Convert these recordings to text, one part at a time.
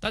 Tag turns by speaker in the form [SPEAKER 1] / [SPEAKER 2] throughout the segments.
[SPEAKER 1] 大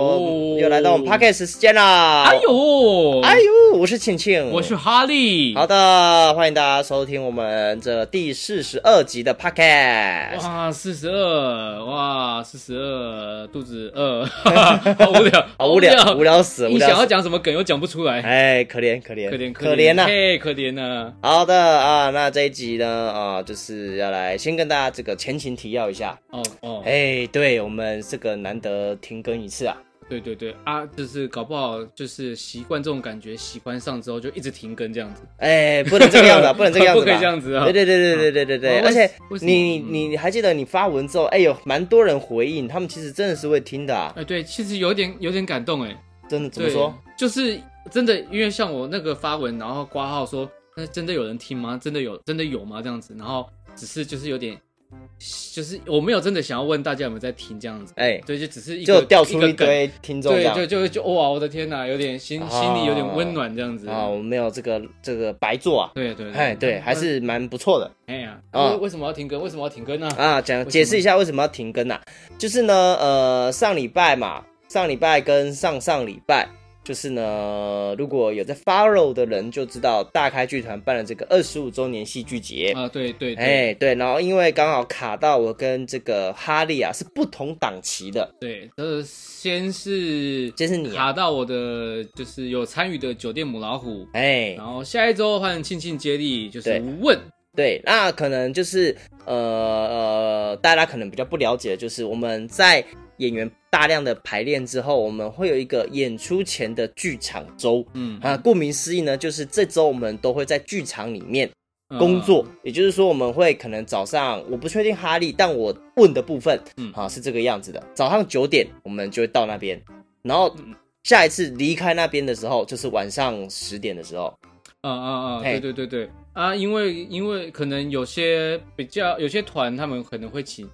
[SPEAKER 1] 哦
[SPEAKER 2] 又来到我们 podcast 时间啦！
[SPEAKER 1] 哎，呦，
[SPEAKER 2] 哎呦，我是庆庆，
[SPEAKER 1] 我是。哈利。
[SPEAKER 2] 好的，欢迎大家收听我们这第四十二集的 podcast。
[SPEAKER 1] 哇，四十二，哇，四十二，肚子饿，好无聊，
[SPEAKER 2] 好无聊，无聊死，无
[SPEAKER 1] 你想
[SPEAKER 2] 聊
[SPEAKER 1] 要
[SPEAKER 2] 死！
[SPEAKER 1] 讲什么梗又讲不出来，
[SPEAKER 2] 哎，可怜可怜
[SPEAKER 1] 可怜
[SPEAKER 2] 可怜啊呐！
[SPEAKER 1] 嘿，可怜呐！
[SPEAKER 2] 好的啊，那这一集呢啊，就是要来先跟大家这个前情提要一下。
[SPEAKER 1] 哦哦，
[SPEAKER 2] 哎，对我们这个难得停更一次啊，
[SPEAKER 1] 对对对啊，就是搞不好就是习惯这种感觉，喜欢上之后就一直停更这样子。
[SPEAKER 2] 哎，不能这个样子啊，不能这个样子吧，
[SPEAKER 1] 不可以这样子啊
[SPEAKER 2] 对对对对对对对对，
[SPEAKER 1] 哦
[SPEAKER 2] 而且
[SPEAKER 1] 为什么
[SPEAKER 2] 你
[SPEAKER 1] 嗯
[SPEAKER 2] 你你还记得你发文之后，哎，有蛮多人回应，他们其实真的是会听的啊，
[SPEAKER 1] 哎，对，其实有点有点感动哎。
[SPEAKER 2] 真的怎么
[SPEAKER 1] 对
[SPEAKER 2] 说？？
[SPEAKER 1] 就是真的，因为像我那个发文，然后挂号说，那真的有人听吗？真的有，真的有吗？这样子，然后只是就是有点，就是我没有真的想要问大家有没有在听这样子，
[SPEAKER 2] 哎，
[SPEAKER 1] 对，就只是一个
[SPEAKER 2] 就掉出
[SPEAKER 1] 一
[SPEAKER 2] 一
[SPEAKER 1] 个梗
[SPEAKER 2] 堆听众这
[SPEAKER 1] 对，
[SPEAKER 2] 样
[SPEAKER 1] 就就就哇，我的天哪，有点心
[SPEAKER 2] 啊
[SPEAKER 1] 心里有点温暖这样子
[SPEAKER 2] 啊，我们没有这个这个白做啊，
[SPEAKER 1] 对对，
[SPEAKER 2] 哎，对，还是蛮不错的
[SPEAKER 1] 哎呀，
[SPEAKER 2] 啊
[SPEAKER 1] 为为什么要停更？为什么要停更呢？
[SPEAKER 2] 啊。讲解释一下为什么要停更啊？就是呢，呃，上礼拜嘛，上礼拜跟上上礼拜。就是呢，如果有在 follow 的人就知道，大开剧团办了这个二十五周年戏剧节，
[SPEAKER 1] 啊，对对对
[SPEAKER 2] 哎，对，然后因为刚好卡到我跟这个哈利啊是不同档期的，
[SPEAKER 1] 对，呃，先是
[SPEAKER 2] 这是你啊，
[SPEAKER 1] 卡到我的就是有参与的酒店母老虎，
[SPEAKER 2] 哎
[SPEAKER 1] 然，后下一周换庆庆接力，就是
[SPEAKER 2] 对
[SPEAKER 1] 问
[SPEAKER 2] 对，那可能就是呃呃，大家可能比较不了解，的就是我们在演员大量的排练之后，我们会有一个演出前的剧场周
[SPEAKER 1] 嗯
[SPEAKER 2] 啊，顾名思义呢，就是这周我们都会在剧场里面
[SPEAKER 1] 嗯
[SPEAKER 2] 工作，也就是说我们会可能早上，我不确定哈利，但我问的部分，
[SPEAKER 1] 嗯
[SPEAKER 2] 嗯，啊是这个样子的，早上九点我们就会到那边，然后下一次离开那边的时候就是晚上十点的时候，
[SPEAKER 1] 啊啊啊！对
[SPEAKER 2] 嘿
[SPEAKER 1] 对对对啊，因为因为可能有些比较有些团他们可能会请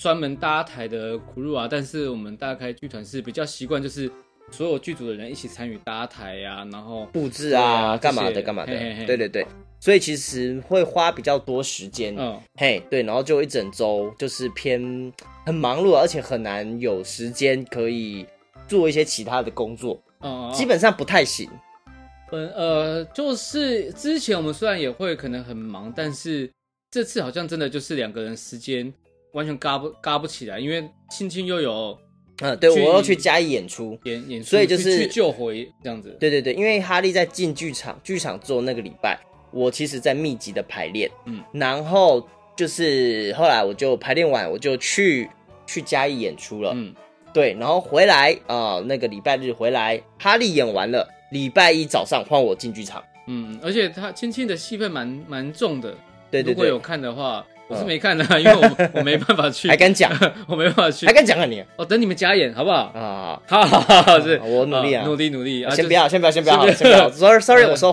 [SPEAKER 1] 专门搭台的 crew 啊，但是我们大概剧团是比较习惯就是所有剧组的人一起参与搭台呀、然后
[SPEAKER 2] 布置
[SPEAKER 1] 对啊
[SPEAKER 2] 啊，干、嘛
[SPEAKER 1] 这些
[SPEAKER 2] 的干嘛的，
[SPEAKER 1] 嘿嘿嘿
[SPEAKER 2] 对对对，所以其实会花比较多时间，
[SPEAKER 1] 嗯
[SPEAKER 2] 嘿，对，然后就一整周就是偏很忙碌，而且很难有时间可以做一些其他的工作，
[SPEAKER 1] 嗯，
[SPEAKER 2] 基本上不太行，
[SPEAKER 1] 本呃就是之前我们虽然也会可能很忙，但是这次好像真的就是两个人时间完全嘎不嘎不起来，因为庆庆又有
[SPEAKER 2] 嗯，对
[SPEAKER 1] 去
[SPEAKER 2] 我要去嘉义演出，
[SPEAKER 1] 演演出，
[SPEAKER 2] 所以就是
[SPEAKER 1] 去去救回这样子。
[SPEAKER 2] 对对对，因为哈利在进剧场，剧场做那个礼拜，我其实在密集的排练，
[SPEAKER 1] 嗯
[SPEAKER 2] 嗯，然后就是后来我就排练完，我就去去嘉义演出了，
[SPEAKER 1] 嗯，
[SPEAKER 2] 对，然后回来啊、那个礼拜日回来，哈利演完了，礼拜一早上换我进剧场，
[SPEAKER 1] 嗯，而且他青青的戏份蛮蛮重的，
[SPEAKER 2] 对对
[SPEAKER 1] 如果有
[SPEAKER 2] 对，
[SPEAKER 1] 看的话，我是
[SPEAKER 2] 嗯
[SPEAKER 1] 没看的啊、因为我我没办法去，
[SPEAKER 2] 还敢 讲，
[SPEAKER 1] 我没办法去
[SPEAKER 2] 还，敢讲啊你
[SPEAKER 1] 哦，等你们加演好不好？
[SPEAKER 2] 啊！
[SPEAKER 1] 好好好好，是，
[SPEAKER 2] 我努力啊
[SPEAKER 1] 呃努力努力啊，
[SPEAKER 2] 先不
[SPEAKER 1] 就是。
[SPEAKER 2] 要，哎先不要，先不要，
[SPEAKER 1] 先
[SPEAKER 2] 先
[SPEAKER 1] 不
[SPEAKER 2] 不
[SPEAKER 1] 要
[SPEAKER 2] 要，sorry sorry，
[SPEAKER 1] 嗯
[SPEAKER 2] 我收
[SPEAKER 1] 呃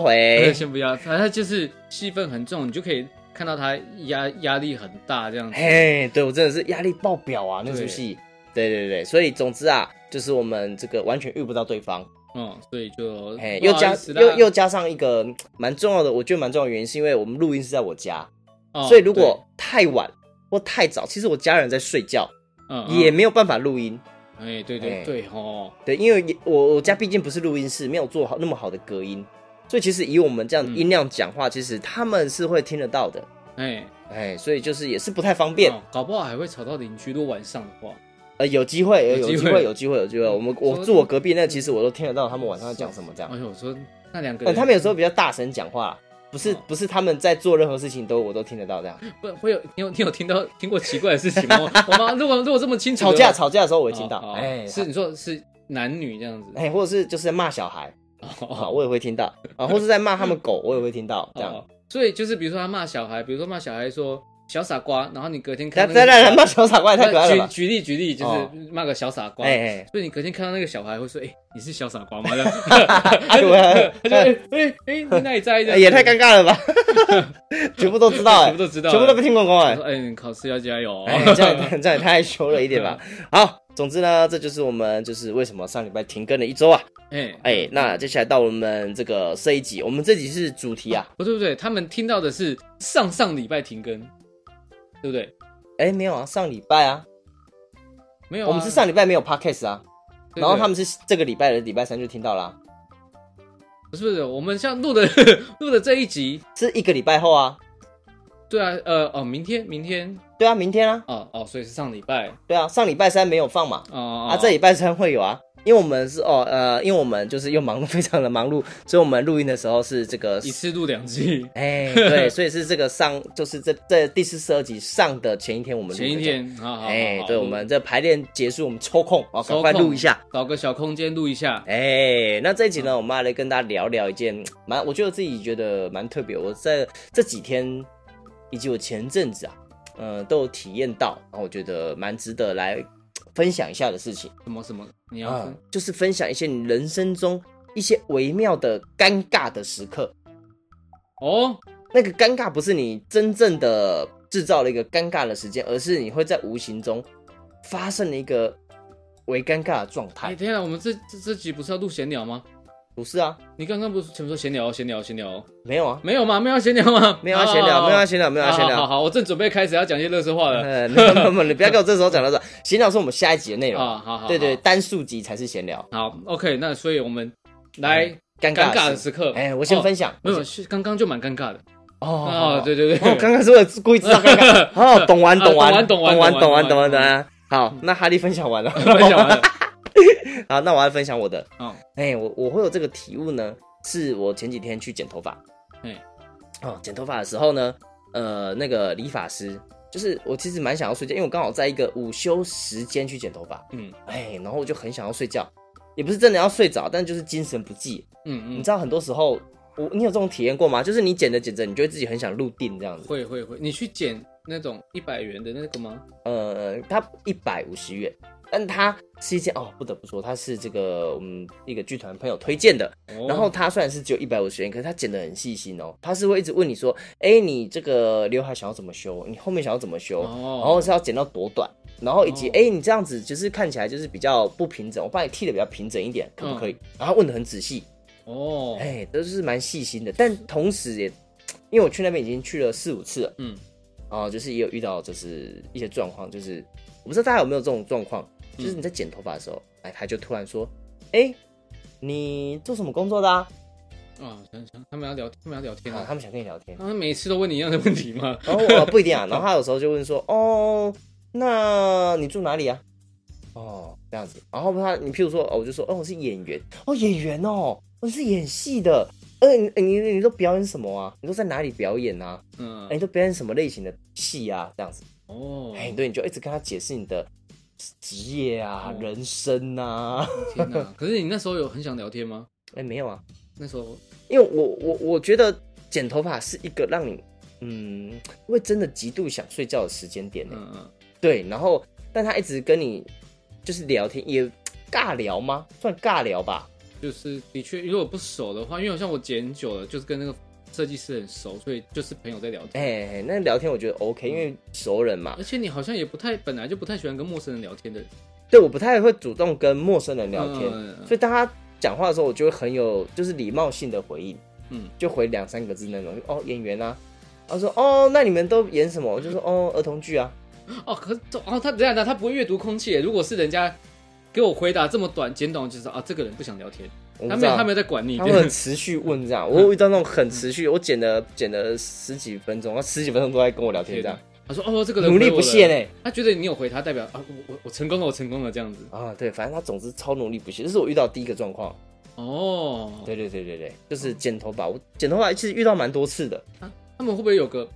[SPEAKER 2] 回。
[SPEAKER 1] 先不要，反正就是戏份很重，你就可以看到他压压力很大这样
[SPEAKER 2] 哎
[SPEAKER 1] 子。
[SPEAKER 2] 嘿，对我真的是压力爆表啊，那
[SPEAKER 1] 对
[SPEAKER 2] 出戏。对对对，所以总之啊，就是我们这个完全遇不到对方，
[SPEAKER 1] 嗯，所以就
[SPEAKER 2] 哎，
[SPEAKER 1] 不
[SPEAKER 2] 又
[SPEAKER 1] 好
[SPEAKER 2] 加
[SPEAKER 1] 意思啦
[SPEAKER 2] 又又加上一个嗯蛮重要的，我觉得蛮重要的原因是因为我们录音是在我家，
[SPEAKER 1] 哦
[SPEAKER 2] 所以如果太晚或太早，其实我家人在睡觉，
[SPEAKER 1] 对嗯
[SPEAKER 2] 也没有办法录音。
[SPEAKER 1] 嗯哎对对
[SPEAKER 2] 哎
[SPEAKER 1] 对哦，
[SPEAKER 2] 对，因为也我我家毕竟不是录音室，没有做好那么好的隔音，所以其实以我们这样
[SPEAKER 1] 嗯
[SPEAKER 2] 音量讲话，其实他们是会听得到的。
[SPEAKER 1] 哎，
[SPEAKER 2] 哎，所以就是也是不太方便。
[SPEAKER 1] 哦搞不好还会吵到邻居。如果晚上的话，
[SPEAKER 2] 呃，有机会，
[SPEAKER 1] 有
[SPEAKER 2] 有
[SPEAKER 1] 机
[SPEAKER 2] 有机
[SPEAKER 1] 会嗯
[SPEAKER 2] 会，有机会，有机会。我们
[SPEAKER 1] 说嗯
[SPEAKER 2] 我住我隔壁那，其实我都听得到他们晚上在讲什么这样
[SPEAKER 1] 哎。呦，我说那两个
[SPEAKER 2] 呃，
[SPEAKER 1] 人，
[SPEAKER 2] 他们有时候比较大声讲话啦，不是
[SPEAKER 1] 哦
[SPEAKER 2] 不是他们在做任何事情都我都听得到这样。
[SPEAKER 1] 不会有你有你有听到听过奇怪的事情 吗？我妈如果如果这么清楚
[SPEAKER 2] 吵
[SPEAKER 1] 的
[SPEAKER 2] 架
[SPEAKER 1] 话
[SPEAKER 2] 吵架的时候我
[SPEAKER 1] 哦
[SPEAKER 2] 也听到，
[SPEAKER 1] 哦
[SPEAKER 2] 哎、
[SPEAKER 1] 是你说是男女这样子，
[SPEAKER 2] 哎，或者是就是在骂小孩啊、
[SPEAKER 1] 哦，嗯
[SPEAKER 2] 我也会听到啊，或者在骂他们狗，我也会听到这样。
[SPEAKER 1] 哦所以就是比如说他骂小孩，比如说骂小孩说小傻瓜，然后你隔天看那
[SPEAKER 2] 那再
[SPEAKER 1] 个
[SPEAKER 2] 让人骂小傻瓜也太可爱了吧？
[SPEAKER 1] 举举例举例，就
[SPEAKER 2] 哦
[SPEAKER 1] 是骂个小傻瓜。
[SPEAKER 2] 哎
[SPEAKER 1] 所以你隔天看到那个小孩会说：“哎、你是小傻瓜 吗？”这样
[SPEAKER 2] 哎我
[SPEAKER 1] 他就哎哎哎，你哪里在意这
[SPEAKER 2] 哎，
[SPEAKER 1] 样？
[SPEAKER 2] 也太尴尬了吧！ 全部都知道哎
[SPEAKER 1] 全部，都知道，
[SPEAKER 2] 全部都被听光光
[SPEAKER 1] 我
[SPEAKER 2] 哎
[SPEAKER 1] 说。哎、你考试要加油、哦。
[SPEAKER 2] 哎，这样 这样也太羞了一点吧。好，总之呢，这就是我们就是为什么上礼拜停更了一周啊。
[SPEAKER 1] 哎，
[SPEAKER 2] 哎，那接下来到我们这个这一集，我们这集是主题啊。
[SPEAKER 1] 哦不对不对，他们听到的是上上礼拜停更，对不对？
[SPEAKER 2] 哎，没有啊，上礼拜啊，
[SPEAKER 1] 没有、啊，
[SPEAKER 2] 我们是上礼拜没有 podcast 啊，
[SPEAKER 1] 对，对
[SPEAKER 2] 然后他们是这个礼拜的礼拜三就听到啊啦，
[SPEAKER 1] 不是不是，我们像录的 录的这一集，
[SPEAKER 2] 是一个礼拜后啊。
[SPEAKER 1] 对啊，呃哦，明天明天
[SPEAKER 2] 对啊，明天啊，
[SPEAKER 1] 哦哦，所以是上礼拜
[SPEAKER 2] 对啊，上礼拜三没有放嘛，
[SPEAKER 1] 哦哦
[SPEAKER 2] 啊，这礼拜三会有啊。因为我们是哦，呃，因为我们就是又忙碌，非常的忙碌，所以我们录音的时候是这个
[SPEAKER 1] 一次录两集，
[SPEAKER 2] 哎，对，所以是这个上，就是这这第四十二集上的前一天，我们录的
[SPEAKER 1] 前一，天好好好，
[SPEAKER 2] 哎，
[SPEAKER 1] 好
[SPEAKER 2] 对，
[SPEAKER 1] 录
[SPEAKER 2] 我们这排练结束，我们抽空啊，赶
[SPEAKER 1] 抽
[SPEAKER 2] 快录
[SPEAKER 1] 空
[SPEAKER 2] 一下。
[SPEAKER 1] 找个小空间录一下，
[SPEAKER 2] 哎，那这一集
[SPEAKER 1] 嗯
[SPEAKER 2] 呢，我们要来跟大家聊聊一件蛮，我觉得自己觉得蛮特别。我在这几天，以及我前阵子啊，呃，都有体验到，然后我觉得蛮值得来分享一下的事情
[SPEAKER 1] 什么什么，你要
[SPEAKER 2] 啊
[SPEAKER 1] 分，
[SPEAKER 2] 就是分享一些你人生中一些微妙的尴尬的时刻。
[SPEAKER 1] 哦，
[SPEAKER 2] 那个尴尬不是你真正的制造了一个尴尬的时间，而是你会在无形中发生了一个为尴尬的状
[SPEAKER 1] 哎
[SPEAKER 2] 态。
[SPEAKER 1] 天啊，我们这这这集不是要录闲聊吗？
[SPEAKER 2] 不是啊，
[SPEAKER 1] 你刚刚不是前面说闲聊闲聊哦闲聊，
[SPEAKER 2] 没有啊，
[SPEAKER 1] 没有吗？没有要闲聊吗？
[SPEAKER 2] 没有要啊闲聊，
[SPEAKER 1] 哦
[SPEAKER 2] 没有要闲聊，没有啊要闲
[SPEAKER 1] 好好
[SPEAKER 2] 聊。
[SPEAKER 1] 好，我正准备开始要讲一些乐色话了。
[SPEAKER 2] 呃，没有没有没有，你不要给我这时候讲到这，闲聊是我们下一集的内容。
[SPEAKER 1] 啊，好好，
[SPEAKER 2] 对对，
[SPEAKER 1] 好，
[SPEAKER 2] 单数集才是闲聊，
[SPEAKER 1] 好，OK，那所以我们来
[SPEAKER 2] 尴
[SPEAKER 1] 尴尬
[SPEAKER 2] 尬
[SPEAKER 1] 的
[SPEAKER 2] 的
[SPEAKER 1] 时
[SPEAKER 2] 事。
[SPEAKER 1] 刻。
[SPEAKER 2] 哎，我先
[SPEAKER 1] 哦
[SPEAKER 2] 分享。
[SPEAKER 1] 没有，
[SPEAKER 2] 我先
[SPEAKER 1] 是刚刚就蛮尴尬的。
[SPEAKER 2] 哦
[SPEAKER 1] 哦，，对对
[SPEAKER 2] 哦，
[SPEAKER 1] 对，
[SPEAKER 2] 刚刚是我故意制造 尴尬。哦，懂完
[SPEAKER 1] 啊
[SPEAKER 2] 懂完
[SPEAKER 1] 懂
[SPEAKER 2] 懂
[SPEAKER 1] 完
[SPEAKER 2] 完
[SPEAKER 1] 懂完
[SPEAKER 2] 懂完懂完
[SPEAKER 1] 懂
[SPEAKER 2] 懂
[SPEAKER 1] 完嗯
[SPEAKER 2] 完。好，那哈利分享完了，
[SPEAKER 1] 分享完了。
[SPEAKER 2] 好，那我来分享我的。
[SPEAKER 1] 哦，
[SPEAKER 2] 哎、我我会有这个体悟呢，是我前几天去剪头发。
[SPEAKER 1] 嗯
[SPEAKER 2] 哦，剪头发的时候呢，呃，那个理发师，就是我其实蛮想要睡觉，因为我刚好在一个午休时间去剪头发，
[SPEAKER 1] 嗯
[SPEAKER 2] 哎、然后我就很想要睡觉，也不是真的要睡着，但就是精神不济。
[SPEAKER 1] 嗯
[SPEAKER 2] 你
[SPEAKER 1] 嗯，
[SPEAKER 2] 知道很多时候，我你有这种体验过吗？就是你剪着剪着，你就会自己很想入定这样子。
[SPEAKER 1] 会会会，你去捡那种一百元的那个吗？
[SPEAKER 2] 呃，它一百五十元，但它是一件哦，不得不说，它是这个我们一个剧团朋友推荐的，
[SPEAKER 1] 哦
[SPEAKER 2] 然后他虽然是只有一百五十元，可是他剪得很细心哦。他是会一直问你说，哎、你这个刘海想要怎么修？你后面想要怎么修？然后
[SPEAKER 1] 哦，
[SPEAKER 2] 是要剪到多短？然后以及，
[SPEAKER 1] 哦
[SPEAKER 2] 哎、你这样子就是看起来就是比较不平整，我帮你剃的比较平整一点，可不可以？
[SPEAKER 1] 嗯
[SPEAKER 2] 然后问的很仔细，
[SPEAKER 1] 哦，
[SPEAKER 2] 哎、都是蛮细心的。但同时也，因为我去那边已经去了四五次了，
[SPEAKER 1] 嗯，
[SPEAKER 2] 然后哦就是也有遇到就是一些状况，就是我不知道大家有没有这种状况，就是你在剪头发的时候，哎，他就突然说，哎、你做什么工作的啊？
[SPEAKER 1] 啊，想想他们要聊，他们要聊天
[SPEAKER 2] 啊，
[SPEAKER 1] 啊，
[SPEAKER 2] 他们想跟你聊天。
[SPEAKER 1] 他们每次都问你一样的问题吗？
[SPEAKER 2] 然后我不一定啊，然后他有时候就问说，哦，那你住哪里啊？哦，这样子。然后他，你譬如说，哦，我就说，哦，我是演员，哦，演员哦，我是演戏的。呃，你你你都表演什么啊？你都在哪里表演啊？
[SPEAKER 1] 嗯
[SPEAKER 2] 哎，，你都表演什么类型的戏啊？这样子，
[SPEAKER 1] 哦，
[SPEAKER 2] 哎，对，你就一直跟他解释你的职业啊、
[SPEAKER 1] 哦
[SPEAKER 2] 人生啊。
[SPEAKER 1] 天哪！可是你那时候有很想聊天吗？
[SPEAKER 2] 哎，没有啊，
[SPEAKER 1] 那时候
[SPEAKER 2] 因为我我我觉得剪头发是一个让你嗯会真的极度想睡觉的时间点呢、
[SPEAKER 1] 嗯嗯，
[SPEAKER 2] 对，然后但他一直跟你就是聊天，也尬聊吗？算尬聊吧。
[SPEAKER 1] 就是的确，如果不熟的话，因为好像我剪久了，就是跟那个设计师很熟，所以就是朋友在聊
[SPEAKER 2] 哎、
[SPEAKER 1] 天。
[SPEAKER 2] 那聊天我觉得 OK，因为熟人嘛
[SPEAKER 1] 而。且你好像也不太，本来就不太喜欢跟陌生人聊天的
[SPEAKER 2] 对，我不太会主动跟陌生人聊天，
[SPEAKER 1] 嗯嗯
[SPEAKER 2] 所以当他讲话的时候，我就会很有就是礼貌性的回应，
[SPEAKER 1] 嗯，
[SPEAKER 2] 就回两三个字那种。就哦，演员啊。他说：“哦，那你们都演什么？”我就说：“哦，儿童剧啊。
[SPEAKER 1] 哦，可是哦，他等一下，他他不会阅读空气耶。如果是人家给我回答这么短简短，我就是啊，这个人不想聊天，”
[SPEAKER 2] 我不
[SPEAKER 1] 他
[SPEAKER 2] 知
[SPEAKER 1] 没有
[SPEAKER 2] 道
[SPEAKER 1] 他没有在管你。
[SPEAKER 2] 他会很持续问这样，我有遇到那种很持续，我剪了剪了十几分钟，他十几分钟都在跟我聊天这样，
[SPEAKER 1] 他说哦，这个人
[SPEAKER 2] 努力
[SPEAKER 1] 回我
[SPEAKER 2] 不
[SPEAKER 1] 了
[SPEAKER 2] 懈。嘞。
[SPEAKER 1] 他觉得你有回他，代表啊，我我我成功了，我成功了这样子。
[SPEAKER 2] 啊，对，反正他总之超努力不懈，这是我遇到第一个状况。
[SPEAKER 1] 哦，
[SPEAKER 2] 对对对对对，就是剪头发，我剪头发其实遇到蛮多次的。
[SPEAKER 1] 他们会不会有个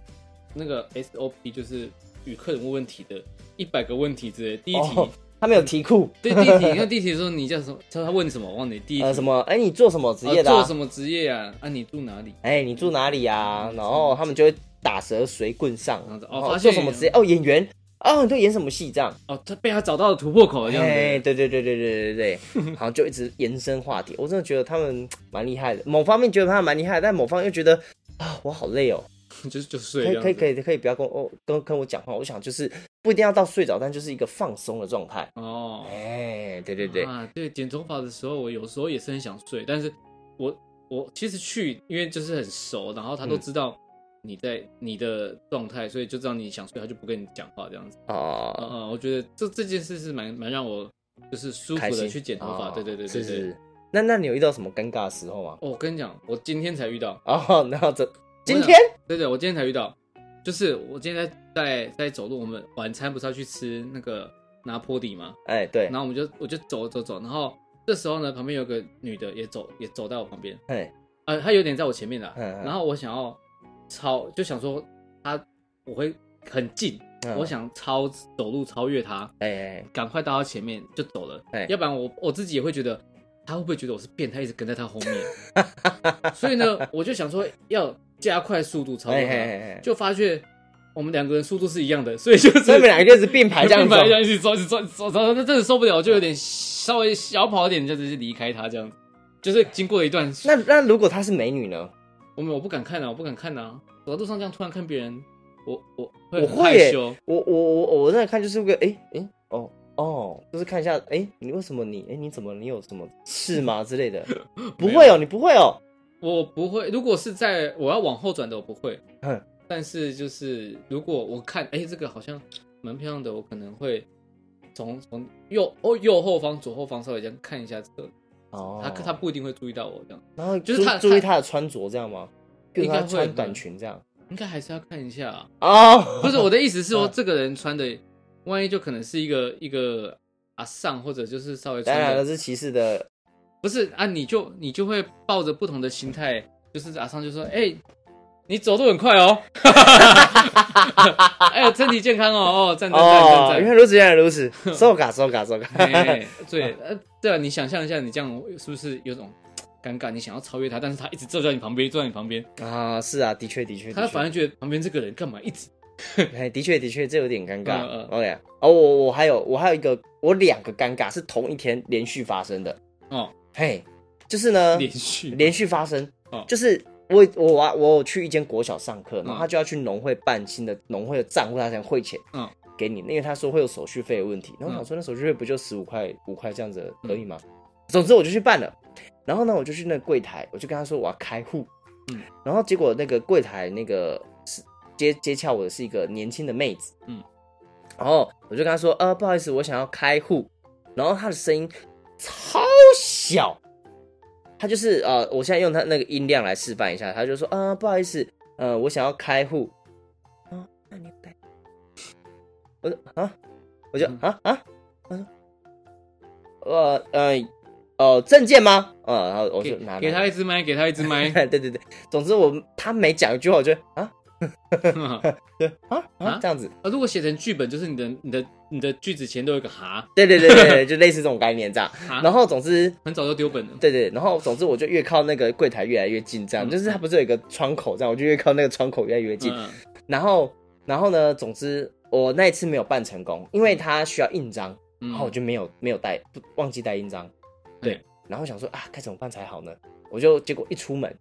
[SPEAKER 1] 那个 SOP，就是与客人问问题的一百个问题之类？第一题、
[SPEAKER 2] 哦他没有题库，
[SPEAKER 1] 对地题，你看地题说你叫什么？他问什么？我忘了第一
[SPEAKER 2] 呃，
[SPEAKER 1] 题
[SPEAKER 2] 什么？哎，你做什么职业
[SPEAKER 1] 呃
[SPEAKER 2] 的啊、
[SPEAKER 1] 做什么职业啊？啊，你住哪里？
[SPEAKER 2] 哎，你住哪里啊？然后他们就会打蛇随棍上，
[SPEAKER 1] 然后就哦
[SPEAKER 2] 然
[SPEAKER 1] 发
[SPEAKER 2] 后
[SPEAKER 1] 现
[SPEAKER 2] 做什么职业？哦，演员。哦，你都演什么戏这样？
[SPEAKER 1] 哦，他被他找到了突破口这样
[SPEAKER 2] 哎，
[SPEAKER 1] 子。
[SPEAKER 2] 对对对对对对对，好，就一直延伸话题。我真的觉得他们蛮厉害的，某方面觉得他们蛮厉害，但某方面又觉得啊，我好累哦。
[SPEAKER 1] 就就睡
[SPEAKER 2] 可
[SPEAKER 1] 这
[SPEAKER 2] 以
[SPEAKER 1] 样
[SPEAKER 2] 可以可
[SPEAKER 1] 以
[SPEAKER 2] 以可以不要跟我、哦、跟跟我讲话，我想就是不一定要到睡着，但就是一个放松的状态。
[SPEAKER 1] 哦，
[SPEAKER 2] 哎，对对对，
[SPEAKER 1] 啊，对，剪头发的时候，我有时候也是很想睡，但是我我其实去，因为就是很熟，然后他都
[SPEAKER 2] 嗯
[SPEAKER 1] 知道你在、你的状态，所以就知道你想睡，他就不跟你讲话这样子。
[SPEAKER 2] 哦、
[SPEAKER 1] 嗯嗯，我觉得这这件事是蛮蛮让我就是舒
[SPEAKER 2] 开
[SPEAKER 1] 服的
[SPEAKER 2] 心
[SPEAKER 1] 去剪头发，
[SPEAKER 2] 哦
[SPEAKER 1] 对对对对
[SPEAKER 2] 是
[SPEAKER 1] 对。
[SPEAKER 2] 是。那那你有遇到什么尴尬的时候吗？
[SPEAKER 1] 哦，我跟你讲，我今天才遇到，
[SPEAKER 2] 哦，然后这今
[SPEAKER 1] 想
[SPEAKER 2] 天
[SPEAKER 1] 对对，我今天才遇到，就是我今天在在在走路，我们晚餐不是要去吃那个拿坡底吗？
[SPEAKER 2] 哎对
[SPEAKER 1] 然，后我们就我就走走走，然后这时候呢，旁边有个女的也走也走到我旁边，
[SPEAKER 2] 哎
[SPEAKER 1] 呃，她有点在我前面的，
[SPEAKER 2] 嗯嗯
[SPEAKER 1] 然后我想要超就想说她我会很近，
[SPEAKER 2] 嗯
[SPEAKER 1] 我想超走路超越她，
[SPEAKER 2] 哎哎
[SPEAKER 1] 赶快到她前面就走了，
[SPEAKER 2] 哎
[SPEAKER 1] 要不然我我自己也会觉得她会不会觉得我是变态，一直跟在她后面， 所以呢，我就想说要加快速度超
[SPEAKER 2] 哎
[SPEAKER 1] 过
[SPEAKER 2] 哎
[SPEAKER 1] 她，
[SPEAKER 2] 哎，就
[SPEAKER 1] 就发觉我们两个人速度是一样的，所以就是
[SPEAKER 2] 所以你们两个就是并排这样子
[SPEAKER 1] 白这样
[SPEAKER 2] 哦。
[SPEAKER 1] 一起走，一起走，一起走，走，那真的受不了，我就有点稍微小跑一点，就直接离开他这样子。就是经过了一段，
[SPEAKER 2] 那那如果她是美女呢？
[SPEAKER 1] 我们我不敢看啊，我不敢看啊，走在路上这样突然看别人，我我
[SPEAKER 2] 我
[SPEAKER 1] 会很
[SPEAKER 2] 会
[SPEAKER 1] 害
[SPEAKER 2] 耶
[SPEAKER 1] 羞。
[SPEAKER 2] 我我我我我在看就是个哎哎哦哦，就是看一下哎，你为什么你哎你怎么你有什么事吗之类 的？不会哦，你不会哦。
[SPEAKER 1] 我不会，如果是在我要往后转的，我不会。
[SPEAKER 2] 嗯
[SPEAKER 1] 但是就是如果我看，哎、这个好像蛮漂亮的，我可能会从从右哦右后方、左后方稍微这样看一下车，
[SPEAKER 2] 哦，
[SPEAKER 1] 他他不一定会注意到我这样，
[SPEAKER 2] 然后
[SPEAKER 1] 就是
[SPEAKER 2] 注
[SPEAKER 1] 他
[SPEAKER 2] 注意
[SPEAKER 1] 他
[SPEAKER 2] 她的穿着这样吗？比如
[SPEAKER 1] 应该
[SPEAKER 2] 她
[SPEAKER 1] 会
[SPEAKER 2] 穿
[SPEAKER 1] 吧
[SPEAKER 2] 短裙这样
[SPEAKER 1] 应该还是要看一下、啊。
[SPEAKER 2] 哦，
[SPEAKER 1] 不是我的意思是说，
[SPEAKER 2] 嗯
[SPEAKER 1] 这个人穿的，万一就可能是一个一个阿上，或者就是稍微
[SPEAKER 2] 当
[SPEAKER 1] 穿
[SPEAKER 2] 然
[SPEAKER 1] 的
[SPEAKER 2] 了，是骑士 的
[SPEAKER 1] 不是啊，你就你就会抱着不同的心态，就是阿上就说，哎、你走路很快哦， 哎呦，身体健康哦，哦，赞赞赞
[SPEAKER 2] 哦，
[SPEAKER 1] 赞赞。
[SPEAKER 2] 原来如此，原来如 此，收嘎收嘎收嘎。
[SPEAKER 1] 哎，对，呃，对啊，你想象一下，你这样是不是有种尴尬？你想要超越他，但是他一直坐在你旁边，坐在你旁边，
[SPEAKER 2] 啊，是啊，的确的确，
[SPEAKER 1] 他
[SPEAKER 2] 的确
[SPEAKER 1] 反而觉得旁边这个人干嘛一直
[SPEAKER 2] 哎，的确的确，这有点尴尬
[SPEAKER 1] 嗯嗯。
[SPEAKER 2] OK，哦，我我还有我还有一个，我两个尴尬是同一天连续发生的。
[SPEAKER 1] 哦
[SPEAKER 2] 嘿，就是呢，
[SPEAKER 1] 连续
[SPEAKER 2] 嗯连续发生
[SPEAKER 1] 哦，
[SPEAKER 2] 就是我我啊我有去一间国小上课，然后
[SPEAKER 1] 嗯
[SPEAKER 2] 他就要去农会办新的农会的账户，他才汇钱。
[SPEAKER 1] 嗯。
[SPEAKER 2] 给你，因为他说会有手续费的问题，然后
[SPEAKER 1] 嗯
[SPEAKER 2] 我想说那手续费不就十五块五块这样子可以吗？总之我就去办了，然后呢我就去那个柜台，我就跟他说我要开户，
[SPEAKER 1] 嗯，
[SPEAKER 2] 然后结果那个柜台那个是接接洽我的是一个年轻的妹子，
[SPEAKER 1] 嗯，
[SPEAKER 2] 然后我就跟他说呃不好意思我想要开户，然后他的声音超小，他就是呃，我现在用他那个音量来示范一下，他就说啊、不好意思，呃，我想要开户。啊，那你开。我说啊，我
[SPEAKER 1] 嗯
[SPEAKER 2] 就啊啊，他说，呃呃哦，证件吗？呃，然后我
[SPEAKER 1] 给
[SPEAKER 2] 就拿
[SPEAKER 1] 给他一支麦，给他一支麦，
[SPEAKER 2] 他，对对对，总之我他每讲一句话，我就啊对啊啊
[SPEAKER 1] 啊
[SPEAKER 2] 这样子，
[SPEAKER 1] 啊，如果写成剧本，就是你的、你的、你的句子前都有一个哈
[SPEAKER 2] 对对对对对，就类似这种概念这样。
[SPEAKER 1] 哈，
[SPEAKER 2] 然后总之
[SPEAKER 1] 很早就丢本了。
[SPEAKER 2] 对对，然后总之我就越靠那个柜台越来越近，这样、
[SPEAKER 1] 嗯
[SPEAKER 2] 就是它不是有一个窗口这样，我就越靠那个窗口越来越近。
[SPEAKER 1] 嗯
[SPEAKER 2] 然后然后呢，总之我那一次没有办成功，因为它需要印章，然后
[SPEAKER 1] 嗯，
[SPEAKER 2] 我就没有没有带，不忘记带印章。对，
[SPEAKER 1] 嗯
[SPEAKER 2] 然后我想说啊，该怎么办才好呢？我就结果一出门，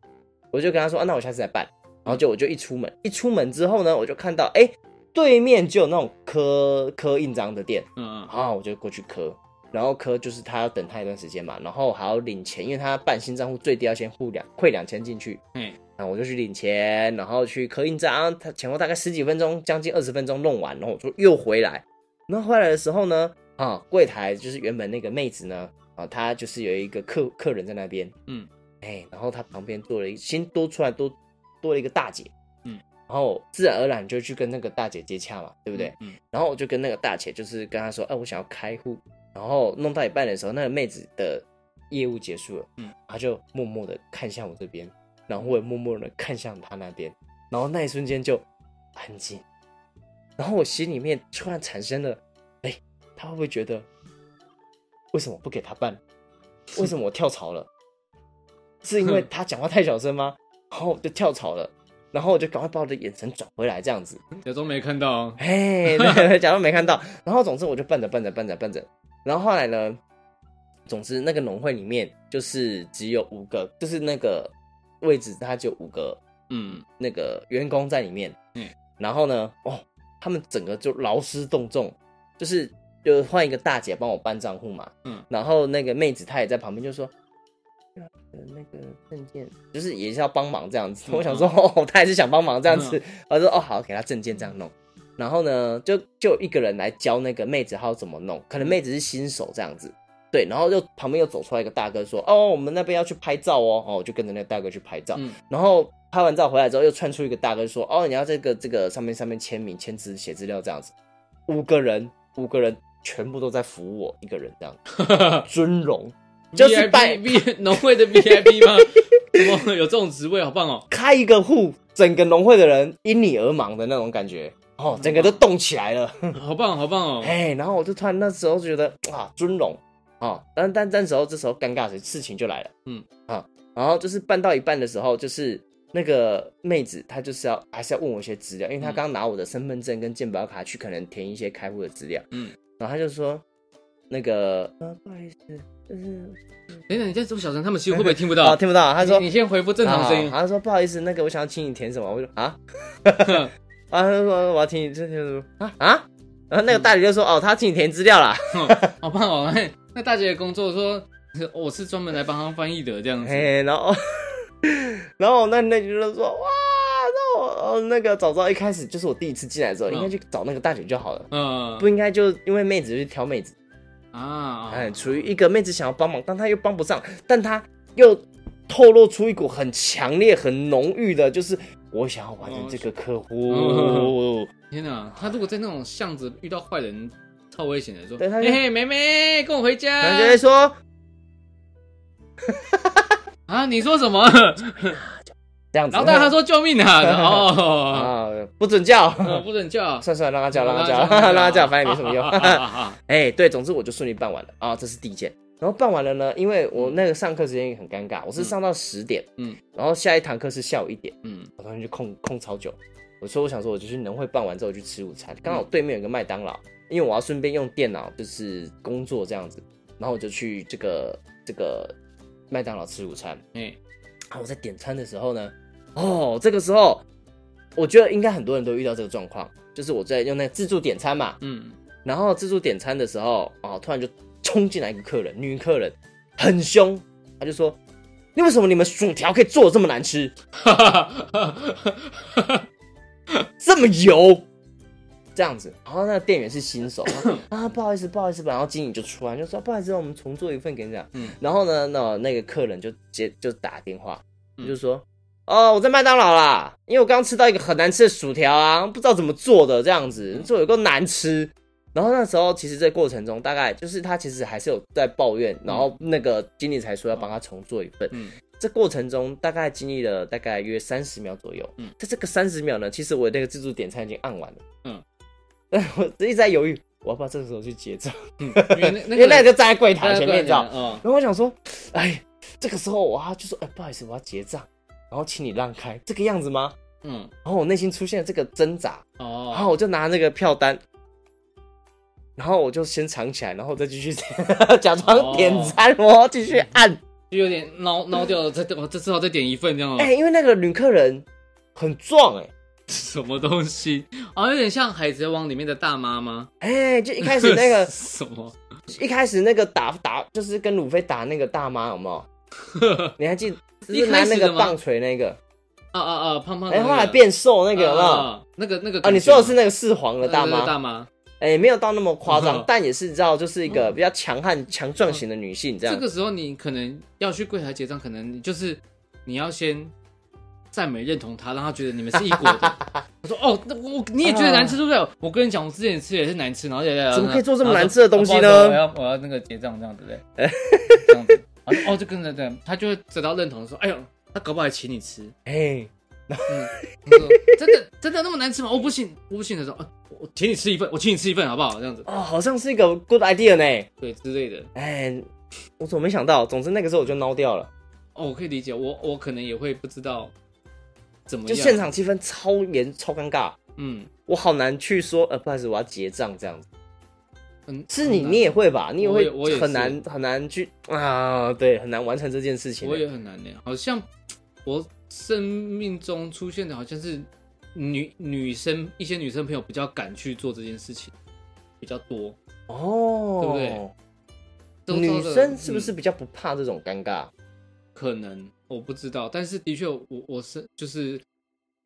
[SPEAKER 2] 我就跟他说啊，那我下次再办。然后就我就一出门，一出门之后呢，我就看到哎，对面就有那种刻刻印章的店，
[SPEAKER 1] 嗯嗯
[SPEAKER 2] 啊，我就过去磕，然后磕就是他要等他一段时间嘛，然后还要领钱，因为他办新账户最低要先付两汇两千进去，
[SPEAKER 1] 嘿，
[SPEAKER 2] 然后我就去领钱，然后去刻印章，他前后大概十几分钟，将近二十分钟弄完，然后我就又回来，然后回来的时候呢，啊，柜台就是原本那个妹子呢，啊，她就是有一个客客人在那边，
[SPEAKER 1] 嗯，
[SPEAKER 2] 哎，然后她旁边坐了一新多出来多多了一个大姐，
[SPEAKER 1] 嗯，
[SPEAKER 2] 然后自然而然就去跟那个大姐接洽嘛，对不对？？
[SPEAKER 1] 嗯，
[SPEAKER 2] 然后我就跟那个大姐，就是跟她说，哎、我想要开户。然后弄到一半的时候，那个妹子的业务结束了，
[SPEAKER 1] 嗯，
[SPEAKER 2] 她就默默的看向我这边，然后我也默默的看向她那边，然后那一瞬间就安静。然后我心里面突然产生了，哎，她会不会觉得为什么不给他办？为什么我跳槽了？是因为他讲话太小声吗？然后我就跳槽了，然后我就赶快把我的眼神转回来，这样子。
[SPEAKER 1] 假装没看到哦。
[SPEAKER 2] 哎，对假装没看到。然后总之我就笨着笨着笨着笨着，然后后来呢，总之那个农会里面就是只有五个，就是那个位置它只有五个
[SPEAKER 1] 嗯，
[SPEAKER 2] 那个员工在里面。
[SPEAKER 1] 嗯，
[SPEAKER 2] 然后呢，哦，他们整个就劳师动众，就是就换一个大姐帮我办账户嘛。
[SPEAKER 1] 嗯，
[SPEAKER 2] 然后那个妹子她也在旁边就说。呃那个证件就是也是要帮忙这样子，
[SPEAKER 1] 嗯
[SPEAKER 2] 我想说哦，她还是想帮忙这样子
[SPEAKER 1] 嗯，
[SPEAKER 2] 我说哦好，给她证件这样弄。然后呢，就就有一个人来教那个妹子她要怎么弄，可能妹子是新手这样子，对，然后就旁边又走出来一个大哥说，哦，我们那边要去拍照哦，哦，我就跟着那个大哥去拍照，
[SPEAKER 1] 嗯
[SPEAKER 2] 然后拍完照回来之后，又窜出一个大哥说，哦，你要这个这个上面上面签名、签字、写资料这样子，五个人，五个人全部都在服我一个人这 样，尊荣就是
[SPEAKER 1] V
[SPEAKER 2] 拜
[SPEAKER 1] V 农会的 VIP 吗？ 怎么有这种职位？好棒哦！
[SPEAKER 2] 开一个户，整个农会的人因你而忙的那种感觉，哦，
[SPEAKER 1] 嗯
[SPEAKER 2] 整个都动起来了。
[SPEAKER 1] 好棒，好棒哦！
[SPEAKER 2] 嗯哎，然后我就突然那时候就觉得啊，尊荣啊，但但但时候这时候尴尬的事情就来了，
[SPEAKER 1] 嗯
[SPEAKER 2] 啊，然后就是办到一半的时候，就是那个妹子她就是要还是要问我一些资料，因为她
[SPEAKER 1] 嗯
[SPEAKER 2] 刚拿我的身份证跟健保卡去可能填一些开户的资料，
[SPEAKER 1] 嗯，
[SPEAKER 2] 然后她就说那个呃不好意思，就是
[SPEAKER 1] 啊等哎等，你这这么小声，他们其实会不会听不
[SPEAKER 2] 啊
[SPEAKER 1] 到？
[SPEAKER 2] 听不到，她
[SPEAKER 1] 他
[SPEAKER 2] 说
[SPEAKER 1] 你先回复正常声音
[SPEAKER 2] 啊。他说不好意思，那个我想要请你填什么，我就 啊，啊，他就说我要请你这填什么啊啊，然后那个大姐就说、哦，她请你填资 料啦，
[SPEAKER 1] 好棒哦！哎那大姐的工作说，哦我是专门来帮她翻译的，这样子。
[SPEAKER 2] 哎，然后然后那那就说哇，那我哦那个早知道一开始就是我第一次进来的时候，
[SPEAKER 1] 嗯
[SPEAKER 2] 应该去找那个大姐就好了，
[SPEAKER 1] 嗯
[SPEAKER 2] 不应该就因为妹子去挑妹子，
[SPEAKER 1] 啊，
[SPEAKER 2] 哎，处于一个妹子想要帮忙，但她又帮不上，但她又透露出一股很强烈、很浓郁的，就是我想要完成这个客户。
[SPEAKER 1] 哦天哪！他如果在那种巷子遇到坏人，超危险的。说，
[SPEAKER 2] 对他
[SPEAKER 1] 嘿
[SPEAKER 2] 就
[SPEAKER 1] 嘿，妹妹，跟我回家。
[SPEAKER 2] 然后就会说
[SPEAKER 1] 啊，你说什么？
[SPEAKER 2] 这样子，
[SPEAKER 1] 然后大家说救命啊！哦，
[SPEAKER 2] 啊，不准叫，
[SPEAKER 1] 呃不准叫，
[SPEAKER 2] 算算让他叫，让他叫，
[SPEAKER 1] 让
[SPEAKER 2] 让
[SPEAKER 1] 他叫
[SPEAKER 2] 他叫，反正也没什么用。
[SPEAKER 1] 啊
[SPEAKER 2] 哎，对，总之我就顺利办完了啊，这是第一件。然后办完了呢，因为我那个上课时间也很尴尬，我是上到十点，
[SPEAKER 1] 嗯，
[SPEAKER 2] 然后下一堂课是下午一点，
[SPEAKER 1] 嗯
[SPEAKER 2] 我当时就空空超久。我说我想说，我就去农会办完之后去吃午餐，
[SPEAKER 1] 嗯
[SPEAKER 2] 刚好对面有个麦当劳，因为我要顺便用电脑就是工作这样子，然后我就去这个这个麦当劳吃午餐。
[SPEAKER 1] 哎，
[SPEAKER 2] 啊，我在点餐的时候呢，哦，这个时候我觉得应该很多人都遇到这个状况，就是我在用那个自助点餐嘛，
[SPEAKER 1] 嗯，
[SPEAKER 2] 然后自助点餐的时候，哦，突然就冲进来一个客人，女客人很凶，她就说：“你为什么你们薯条可以做的这么难吃，
[SPEAKER 1] 哈哈哈，
[SPEAKER 2] 这么油？”这样子，然后那个店员是新手，她 说啊，不好意思，不好意思，然后经理就出来就说，不好意思，我们重做一份给你讲。
[SPEAKER 1] 嗯
[SPEAKER 2] 然后呢，那那个客人就接就打电话，
[SPEAKER 1] 嗯
[SPEAKER 2] 就说，哦，我在麦当劳啦，因为我刚吃到一个很难吃的薯条啊，不知道怎么做的，这样子
[SPEAKER 1] 嗯
[SPEAKER 2] 做有够难吃。然后那时候其实这过程中，大概就是他其实还是有在抱怨，然后那个经理才说要帮他重做一份。
[SPEAKER 1] 嗯
[SPEAKER 2] 这过程中大概经历了大概约三十秒左右。
[SPEAKER 1] 嗯
[SPEAKER 2] 在这个三十秒呢，其实我那个自助点餐已经按完了。
[SPEAKER 1] 嗯，
[SPEAKER 2] 但我一直在犹豫，我要不要这个时候去结账，
[SPEAKER 1] 嗯，因为那
[SPEAKER 2] 因为那个就站在柜台前面，你知道。
[SPEAKER 1] 嗯，
[SPEAKER 2] 然后我想说，哎，这个时候我啊就说，哎，不好意思，我要结账，然后请你让开，这个样子吗？
[SPEAKER 1] 嗯，
[SPEAKER 2] 然后我内心出现了这个挣扎，然
[SPEAKER 1] 哦，
[SPEAKER 2] 后我就拿那个票单，然后我就先藏起来，然后再继续 假装点
[SPEAKER 1] 哦
[SPEAKER 2] 餐，我要继续按。
[SPEAKER 1] 就有点孬孬掉了，再我这至少再点一份这样哦
[SPEAKER 2] 哎、。因为那个女客人很壮、哎。
[SPEAKER 1] 什么东西啊？有点像《海贼王》里面的大妈吗？
[SPEAKER 2] 哎、就一开始那 个，
[SPEAKER 1] 什么？
[SPEAKER 2] 一开始那个打打，就是跟鲁菲打那个大妈，有没有？ 你还记得？就是拿那
[SPEAKER 1] 一开始的
[SPEAKER 2] 个
[SPEAKER 1] 吗
[SPEAKER 2] 棒槌那个，
[SPEAKER 1] 啊啊啊！胖胖的
[SPEAKER 2] 哎、
[SPEAKER 1] 那个，
[SPEAKER 2] 后来变瘦那个有没有？
[SPEAKER 1] 啊
[SPEAKER 2] 啊
[SPEAKER 1] 啊那个那个
[SPEAKER 2] 你说的是那个四皇的大
[SPEAKER 1] 那个
[SPEAKER 2] 妈
[SPEAKER 1] 大，妈？
[SPEAKER 2] 哎、没有到那么夸张
[SPEAKER 1] 嗯，
[SPEAKER 2] 但也是知道，就是一个比较强悍、强壮型的女性
[SPEAKER 1] 这
[SPEAKER 2] 这样。
[SPEAKER 1] 个时候你可能要去柜台结账，可能你就是你要先赞美认同他，让他觉得你们是一国 的。我说哦，那我你也觉得难吃对不对？我跟你讲，我之前吃也是难吃，然后就
[SPEAKER 2] 怎么可以做这么难吃的东西
[SPEAKER 1] 然
[SPEAKER 2] 呢
[SPEAKER 1] 后说哦不好意思我要我要那个结账这样子对不对，这样子。然后就哦，就跟着对，他就会得到认同，说哎呦，他搞不好还请你吃。
[SPEAKER 2] 哎、
[SPEAKER 1] 嗯，我说真的真的那么难吃吗？我哦不信，我不信的时候，啊我请你吃一份，我请你吃一份好不好？这样子，
[SPEAKER 2] 哦，好像是一个 good idea 呢。
[SPEAKER 1] 对之类的。
[SPEAKER 2] 哎，我怎么没想到？总之那个时候我就孬掉了，
[SPEAKER 1] 哦，我可以理解，我我可能也会不知道怎么
[SPEAKER 2] 就
[SPEAKER 1] 样。
[SPEAKER 2] 现，场气氛超严超尴尬，
[SPEAKER 1] 嗯
[SPEAKER 2] 我好难去说，呃，不好意思，我要结账这样子。
[SPEAKER 1] 嗯，
[SPEAKER 2] 是
[SPEAKER 1] 很
[SPEAKER 2] 你，
[SPEAKER 1] 难
[SPEAKER 2] 你也会吧？你也
[SPEAKER 1] 我
[SPEAKER 2] 会
[SPEAKER 1] 也我也是
[SPEAKER 2] 很难很难去啊，对，很难完成这件事情。
[SPEAKER 1] 我也很难呢。欸好像我生命中出现的好像是女女生一些女生朋友比较敢去做这件事情比较多，对不对
[SPEAKER 2] 哦，
[SPEAKER 1] 周遭
[SPEAKER 2] 女
[SPEAKER 1] 的
[SPEAKER 2] 生是不
[SPEAKER 1] 嗯
[SPEAKER 2] 是比较不怕这种尴尬？
[SPEAKER 1] 可能我不知道，但是的确，我我是就是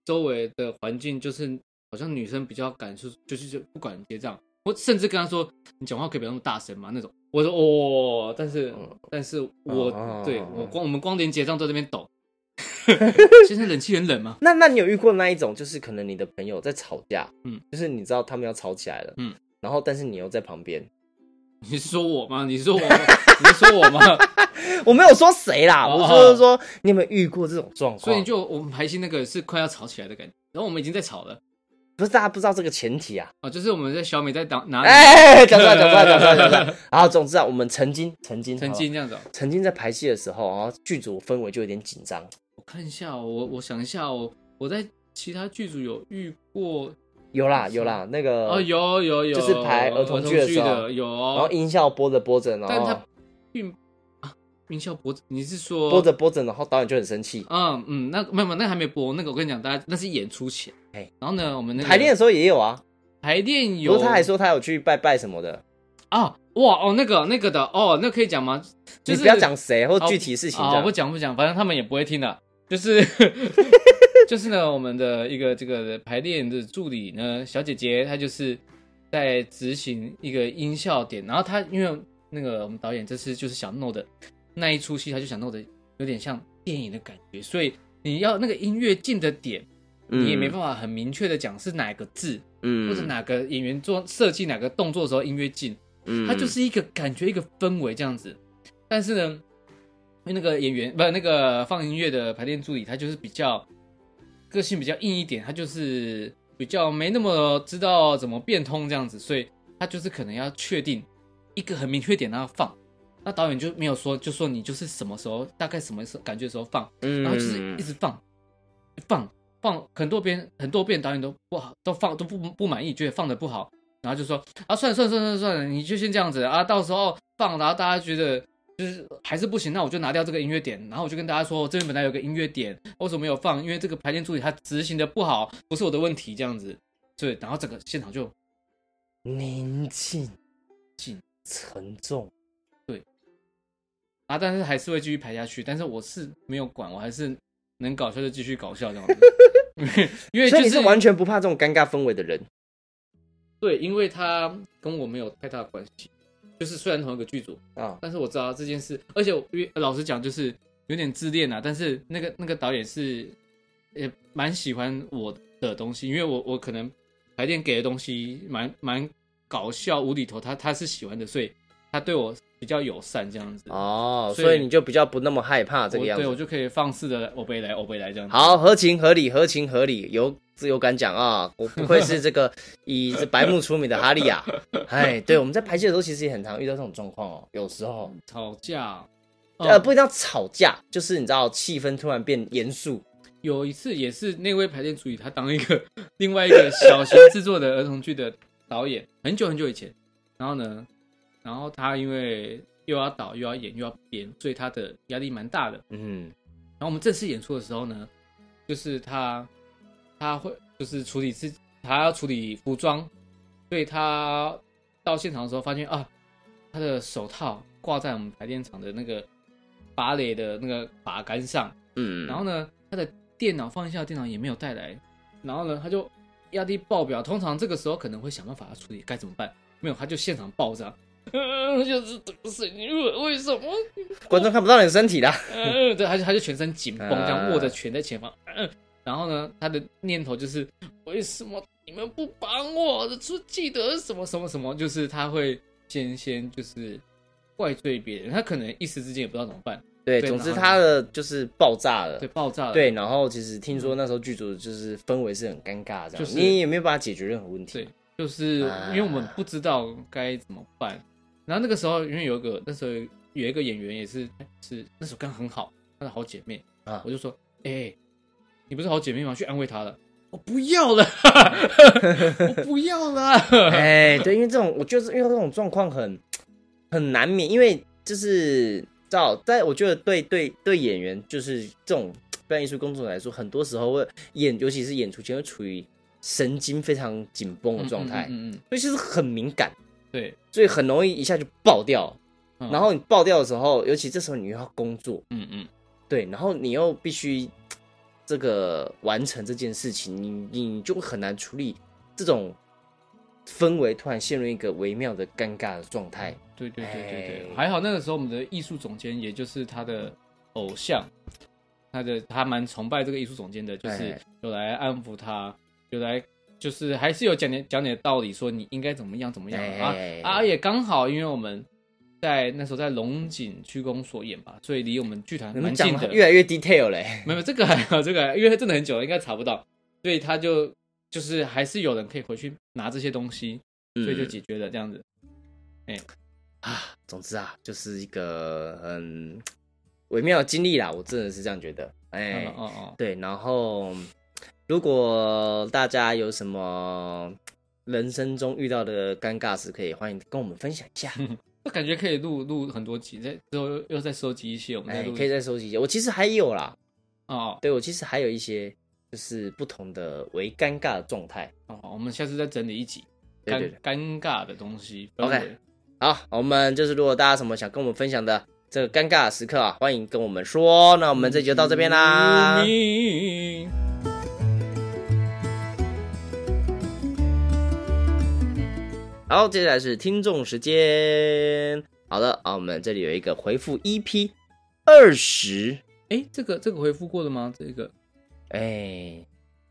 [SPEAKER 1] 周围的环境，就是好像女生比较敢说，就是就不管结账，我甚至跟她说你讲话可以不要那么大声嘛那种。我说哦，但是、
[SPEAKER 2] 嗯
[SPEAKER 1] 但是我、
[SPEAKER 2] 哦
[SPEAKER 1] 对我光我们光连结账都在那边 抖，现在冷气很冷吗？
[SPEAKER 2] 那那你有遇过那一种，就是可能你的朋友在吵架，
[SPEAKER 1] 嗯，
[SPEAKER 2] 就是你知道他们要吵起来了，
[SPEAKER 1] 嗯，
[SPEAKER 2] 然后但是你又在旁边，
[SPEAKER 1] 你是说我吗？你是说我吗？你是说 我吗？
[SPEAKER 2] 我没有说谁啦，
[SPEAKER 1] 哦
[SPEAKER 2] 我说说你有没有遇过这种状况？
[SPEAKER 1] 所以你就我们排戏那个是快要吵起来的感觉，然后我们已经在吵了
[SPEAKER 2] 不是大家不知道这个前提啊，
[SPEAKER 1] 啊，就是我们在小美在拿拿
[SPEAKER 2] 哎，讲出来，讲出来，讲出来，讲出来。然后总之啊，我们曾经曾经
[SPEAKER 1] 曾经这样子哦、
[SPEAKER 2] 曾经在排戏的时候，然后剧组氛围就有点紧张，
[SPEAKER 1] 我看一下哦、我我想一下哦，我在其他剧组有遇过
[SPEAKER 2] 有啦有啦，那个
[SPEAKER 1] 哦，，有有有，
[SPEAKER 2] 就是排儿童剧
[SPEAKER 1] 剧
[SPEAKER 2] 的时候
[SPEAKER 1] 的有，
[SPEAKER 2] 然后哦音效播着播着，然
[SPEAKER 1] 但
[SPEAKER 2] 后
[SPEAKER 1] 他并啊，云霄脖子，你是说
[SPEAKER 2] 播着？播着，然后导演就很生气。
[SPEAKER 1] 嗯嗯，那没有没有，那个还没播，那个我跟你讲，大家那是演出前，
[SPEAKER 2] 哎
[SPEAKER 1] 然后呢，我们那个
[SPEAKER 2] 排练的时候也有啊，
[SPEAKER 1] 排练
[SPEAKER 2] 不
[SPEAKER 1] 有，
[SPEAKER 2] 过他还说他有去拜拜什么的，
[SPEAKER 1] 啊，哇哦，那个那个的哦，那可以讲吗？就是
[SPEAKER 2] 你不要讲谁或
[SPEAKER 1] 哦
[SPEAKER 2] 具体事情这
[SPEAKER 1] 啊，
[SPEAKER 2] 样
[SPEAKER 1] 不讲不讲，反正他们也不会听的。就是 就是呢，我们的一个这个排练的助理呢，小姐姐，她就是在执行一个音效点，然后她因为那个我们导演这次就是想弄的那一出戏，她就想弄的有点像电影的感觉，所以你要那个音乐进的点，你也没办法很明确的讲是哪个字、
[SPEAKER 2] 嗯
[SPEAKER 1] 或者哪个演员做设计哪个动作的时候音乐进，
[SPEAKER 2] 嗯
[SPEAKER 1] 它就是一个感觉，一个氛围这样子。但是呢，因为那个演员不那个放音乐的排练助理，他就是比较个性比较硬一点，他就是比较没那么知道怎么变通这样子，所以他就是可能要确定一个很明确点让他放。那导演就没有说，就说你就是什么时候，大概什么时候感觉的时候放，然后就是
[SPEAKER 2] 嗯
[SPEAKER 1] 一直放，放放很多遍，很多遍，导演都不好，都放都不不满意，觉得放的不好，然后就说啊，算了算了算了算了，你就先这样子啊，到时候放，然后大家觉得就是还是不行，那我就拿掉这个音乐点，然后我就跟大家说，这边本来有个音乐点，为什么没有放？因为这个排练助理他执行的不好，不是我的问题，这样子，对，然后整个现场就
[SPEAKER 2] 宁静、
[SPEAKER 1] 静
[SPEAKER 2] 沉重。
[SPEAKER 1] 啊，但是还是会继续排下去，但是我是没有管，我还是能搞笑就继续搞笑这样子， 因为
[SPEAKER 2] 所以
[SPEAKER 1] 就
[SPEAKER 2] 你是完全不怕这种尴尬氛围的人，
[SPEAKER 1] 对，因为他跟我没有太大的关系，就是虽然同一个剧组，
[SPEAKER 2] 啊？
[SPEAKER 1] 但是我知道这件事，而且我因为老实讲，就是有点自恋啊。但是那个那个导演是也蛮喜欢我的东西，因为我我可能排练给的东西蛮蛮搞笑无厘头，他他是喜欢的，所以他对我比较友善这样子。
[SPEAKER 2] 哦，
[SPEAKER 1] 所以
[SPEAKER 2] 所以你就比较不那么害怕这个
[SPEAKER 1] 我
[SPEAKER 2] 样
[SPEAKER 1] 对我
[SPEAKER 2] 子。
[SPEAKER 1] 就可以放肆的我背来我背来这样子。
[SPEAKER 2] 好，合情合理，合情合理，有自有敢讲啊！ 我不愧是这个以这白目出名的哈利亚。哎，对，我们在排戏的时候其实也很常遇到这种状况哦。有时候，
[SPEAKER 1] 吵架，
[SPEAKER 2] 呃，
[SPEAKER 1] 嗯
[SPEAKER 2] 不一定要吵架，就是你知道气氛突然变严肃，
[SPEAKER 1] 有一次也是那位排练助理，他当一个 另外一个小型制作的儿童剧的导演，很久很久以前。然后呢，然后他因为又要导又要演又要编，所以他的压力蛮大的。
[SPEAKER 2] 嗯，
[SPEAKER 1] 然后我们正式演出的时候呢，就是他他会就是处理自他要处理服装，所以他到现场的时候发现啊，他的手套挂在我们排练场的那个芭蕾的那个把杆上，
[SPEAKER 2] 嗯，
[SPEAKER 1] 然后呢，他的电脑放一下，电脑也没有带来，然后呢，他就压力爆表。通常这个时候可能会想办法处理，该怎么办？没有，他就现场爆炸。 呃，就是这个事情，为为什么？
[SPEAKER 2] 观众看不到你的身体啦。
[SPEAKER 1] 呃，对，他就他就全身紧绷，这样握着拳在前方。呃然后呢，他的念头就是为什么你们不帮我？出记得什么什么什么？就是他会先先就是怪罪别人，他可能一时之间也不知道怎么办，
[SPEAKER 2] 对，
[SPEAKER 1] 对
[SPEAKER 2] 总之
[SPEAKER 1] 然后
[SPEAKER 2] 他的就是爆炸了
[SPEAKER 1] 对，。爆炸了，
[SPEAKER 2] 对，然后其实听说那时候剧组就是氛围是很尴尬，这
[SPEAKER 1] 就
[SPEAKER 2] 样、
[SPEAKER 1] 是
[SPEAKER 2] 你也没有办法解决任何问题
[SPEAKER 1] 对。就是
[SPEAKER 2] 哎
[SPEAKER 1] 因为我们不知道该怎么办。然后那个时候，因为有一个那时候有一个演员也是是那时候刚很好，她的好姐妹
[SPEAKER 2] 啊
[SPEAKER 1] 我就说，哎、你不是好姐妹吗？去安慰她了。我不要 了，我不要 了。
[SPEAKER 2] 哎，对，因为这种我就是因为这种状况很很难免，因为就是知道，在我觉得对对对演员就是这种表演艺术工作者来说，很多时候会演，尤其是演出前会处于神经非常紧绷的状态，
[SPEAKER 1] 嗯嗯嗯嗯
[SPEAKER 2] 所以就是很敏感，
[SPEAKER 1] 对，
[SPEAKER 2] 所以很容易一下就爆掉。
[SPEAKER 1] 嗯
[SPEAKER 2] 然后你爆掉的时候，尤其这时候你又要工作，
[SPEAKER 1] 嗯嗯，
[SPEAKER 2] 对，然后你又必须这个完成这件事情，你你就会很难处理这种氛围，突然陷入一个微妙的尴尬的状态。
[SPEAKER 1] 对对对对对，
[SPEAKER 2] 哎
[SPEAKER 1] 还好那个时候我们的艺术总监，也就是他的偶像，他的他蛮崇拜这个艺术总监的，就是
[SPEAKER 2] 哎
[SPEAKER 1] 有来安抚他，有来就是还是有讲点讲点道理，说你应该怎么样怎么样啊
[SPEAKER 2] 哎
[SPEAKER 1] 啊啊也刚好，因为我们在那时候在龙井区公所演吧，所以离我们剧团
[SPEAKER 2] 你
[SPEAKER 1] 蛮
[SPEAKER 2] 们
[SPEAKER 1] 近
[SPEAKER 2] 讲
[SPEAKER 1] 的
[SPEAKER 2] 得。越来越 detail 嘞，
[SPEAKER 1] 没有这个还好，这个还好因为真的很久了，应该查不到，所以他就就是还是有人可以回去拿这些东西， 所以就
[SPEAKER 2] 嗯
[SPEAKER 1] 解决了这样子。
[SPEAKER 2] 啊。总之啊，就是一个很微妙的经历啦，我真的是这样觉得。哎、
[SPEAKER 1] 嗯哦哦。
[SPEAKER 2] 对，然后如果大家有什么人生中遇到的尴尬事，可以欢迎跟我们分享一下。
[SPEAKER 1] 我感觉可以录录很多集，再之后又又再收集一些，我们再
[SPEAKER 2] 哎，
[SPEAKER 1] 录一
[SPEAKER 2] 可以再收集一下。我其实还有啦，
[SPEAKER 1] 哦
[SPEAKER 2] 对我其实还有一些就是不同的为尴尬的状态。
[SPEAKER 1] 哦，我们下次再整理一集
[SPEAKER 2] 对
[SPEAKER 1] 尴
[SPEAKER 2] 对对
[SPEAKER 1] 尴尬的东西。
[SPEAKER 2] OK
[SPEAKER 1] 氛围
[SPEAKER 2] 好，我们就是如果大家有什么想跟我们分享的这个尴尬的时刻啊，欢迎跟我们说。哦那我们这集就到这边啦。
[SPEAKER 1] 嗯
[SPEAKER 2] 好，接下来是听众时间。好的啊，我们这里有一个回复 EP 二十，
[SPEAKER 1] 哎、这个这个回复过了吗？这个
[SPEAKER 2] 哎，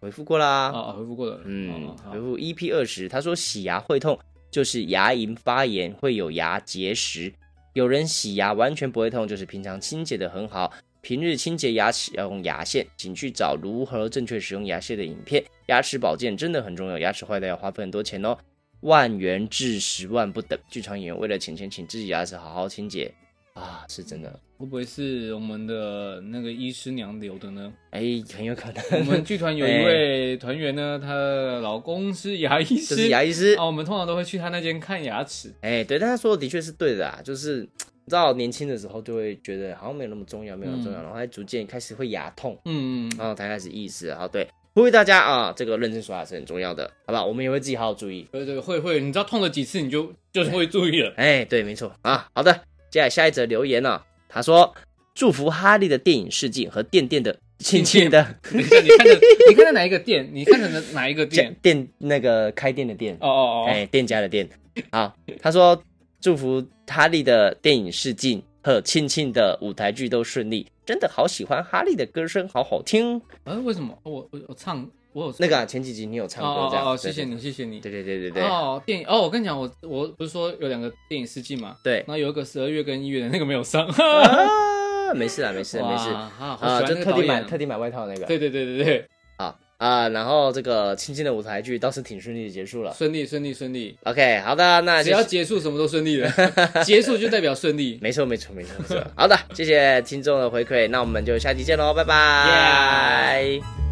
[SPEAKER 2] 回复过
[SPEAKER 1] 啊、
[SPEAKER 2] 啦。
[SPEAKER 1] 哦，回复过了。
[SPEAKER 2] 嗯
[SPEAKER 1] 哦，
[SPEAKER 2] 回
[SPEAKER 1] 好
[SPEAKER 2] 复 EP 二十，他说洗牙会痛，就是牙龈发炎会有牙结石。有人洗牙完全不会痛，就是平常清洁的很好。平日清洁牙齿要用牙线，请去找如何正确使用牙线的影片。牙齿保健真的很重要，牙齿坏掉要花费很多钱哦，万元至十万不等。剧场演员为了钱钱，请自己牙齿好好清洁啊，是真的，
[SPEAKER 1] 会不会是我们的那个医师娘留的 呢？
[SPEAKER 2] 哎，很有可
[SPEAKER 1] 我
[SPEAKER 2] 能。
[SPEAKER 1] 们剧团有一位团员呢，她的老公是牙医
[SPEAKER 2] 哎这
[SPEAKER 1] 师，
[SPEAKER 2] 是牙医师
[SPEAKER 1] 啊，我们通常都会去他那间看牙齿。
[SPEAKER 2] 哎、对，但他说的的确是对的啊，就是你知道年轻的时候就会觉得好像没有那么重要，没有那么重要，然后还逐渐开始会牙痛，
[SPEAKER 1] 嗯，
[SPEAKER 2] 然后才开始意识了。好，对，呼吁大家啊，这个认真刷牙是很重要的，好不好？我们也会自己好好注意。
[SPEAKER 1] 对对，会会，你知道痛了几次，你就就是会注意了。
[SPEAKER 2] 哎、对，没错啊。好的，接下来下一则留言呢、他说祝福哈利的电影试镜和电电的亲亲的
[SPEAKER 1] 等一下，你看着 你看着哪一个店？你看着哪一个
[SPEAKER 2] 家
[SPEAKER 1] 店？
[SPEAKER 2] 店那个开店的店，
[SPEAKER 1] 哦哦哦，
[SPEAKER 2] 哎、店家的店。好，他说祝福哈利的电影试镜和庆庆的舞台剧都顺利，真的好喜欢哈利的歌声，好好听。
[SPEAKER 1] 啊，为什么我我我唱我有
[SPEAKER 2] 那个啊、前几集你有唱
[SPEAKER 1] 哦
[SPEAKER 2] 过
[SPEAKER 1] 哦
[SPEAKER 2] 这样，
[SPEAKER 1] 哦哦，谢
[SPEAKER 2] 对
[SPEAKER 1] 谢你，。谢谢你。
[SPEAKER 2] 对对对对对对
[SPEAKER 1] 哦，电影哦，我跟你讲，我我不是说有两个电影试季嘛，
[SPEAKER 2] 对
[SPEAKER 1] 然后有一个十二月跟一月的那个没有上，
[SPEAKER 2] 啊，没事啦，没事啦没事
[SPEAKER 1] 哇啊，好
[SPEAKER 2] 啊，
[SPEAKER 1] 喜
[SPEAKER 2] 就
[SPEAKER 1] 欢那个
[SPEAKER 2] 特
[SPEAKER 1] 导
[SPEAKER 2] 地
[SPEAKER 1] 演
[SPEAKER 2] 买
[SPEAKER 1] 啊，
[SPEAKER 2] 特地买外套那个
[SPEAKER 1] 对对对对对，
[SPEAKER 2] 啊啊，然后这个庆庆的舞台剧倒是挺顺利的结束了。
[SPEAKER 1] 顺利顺利顺利，
[SPEAKER 2] OK，好的，那
[SPEAKER 1] 只
[SPEAKER 2] 就
[SPEAKER 1] 要结束什么都顺 利了，结束就代表顺利，
[SPEAKER 2] 没错没错没错没错。好的，谢谢听众的回馈，那我们就下期见喽，拜拜。
[SPEAKER 1] Yeah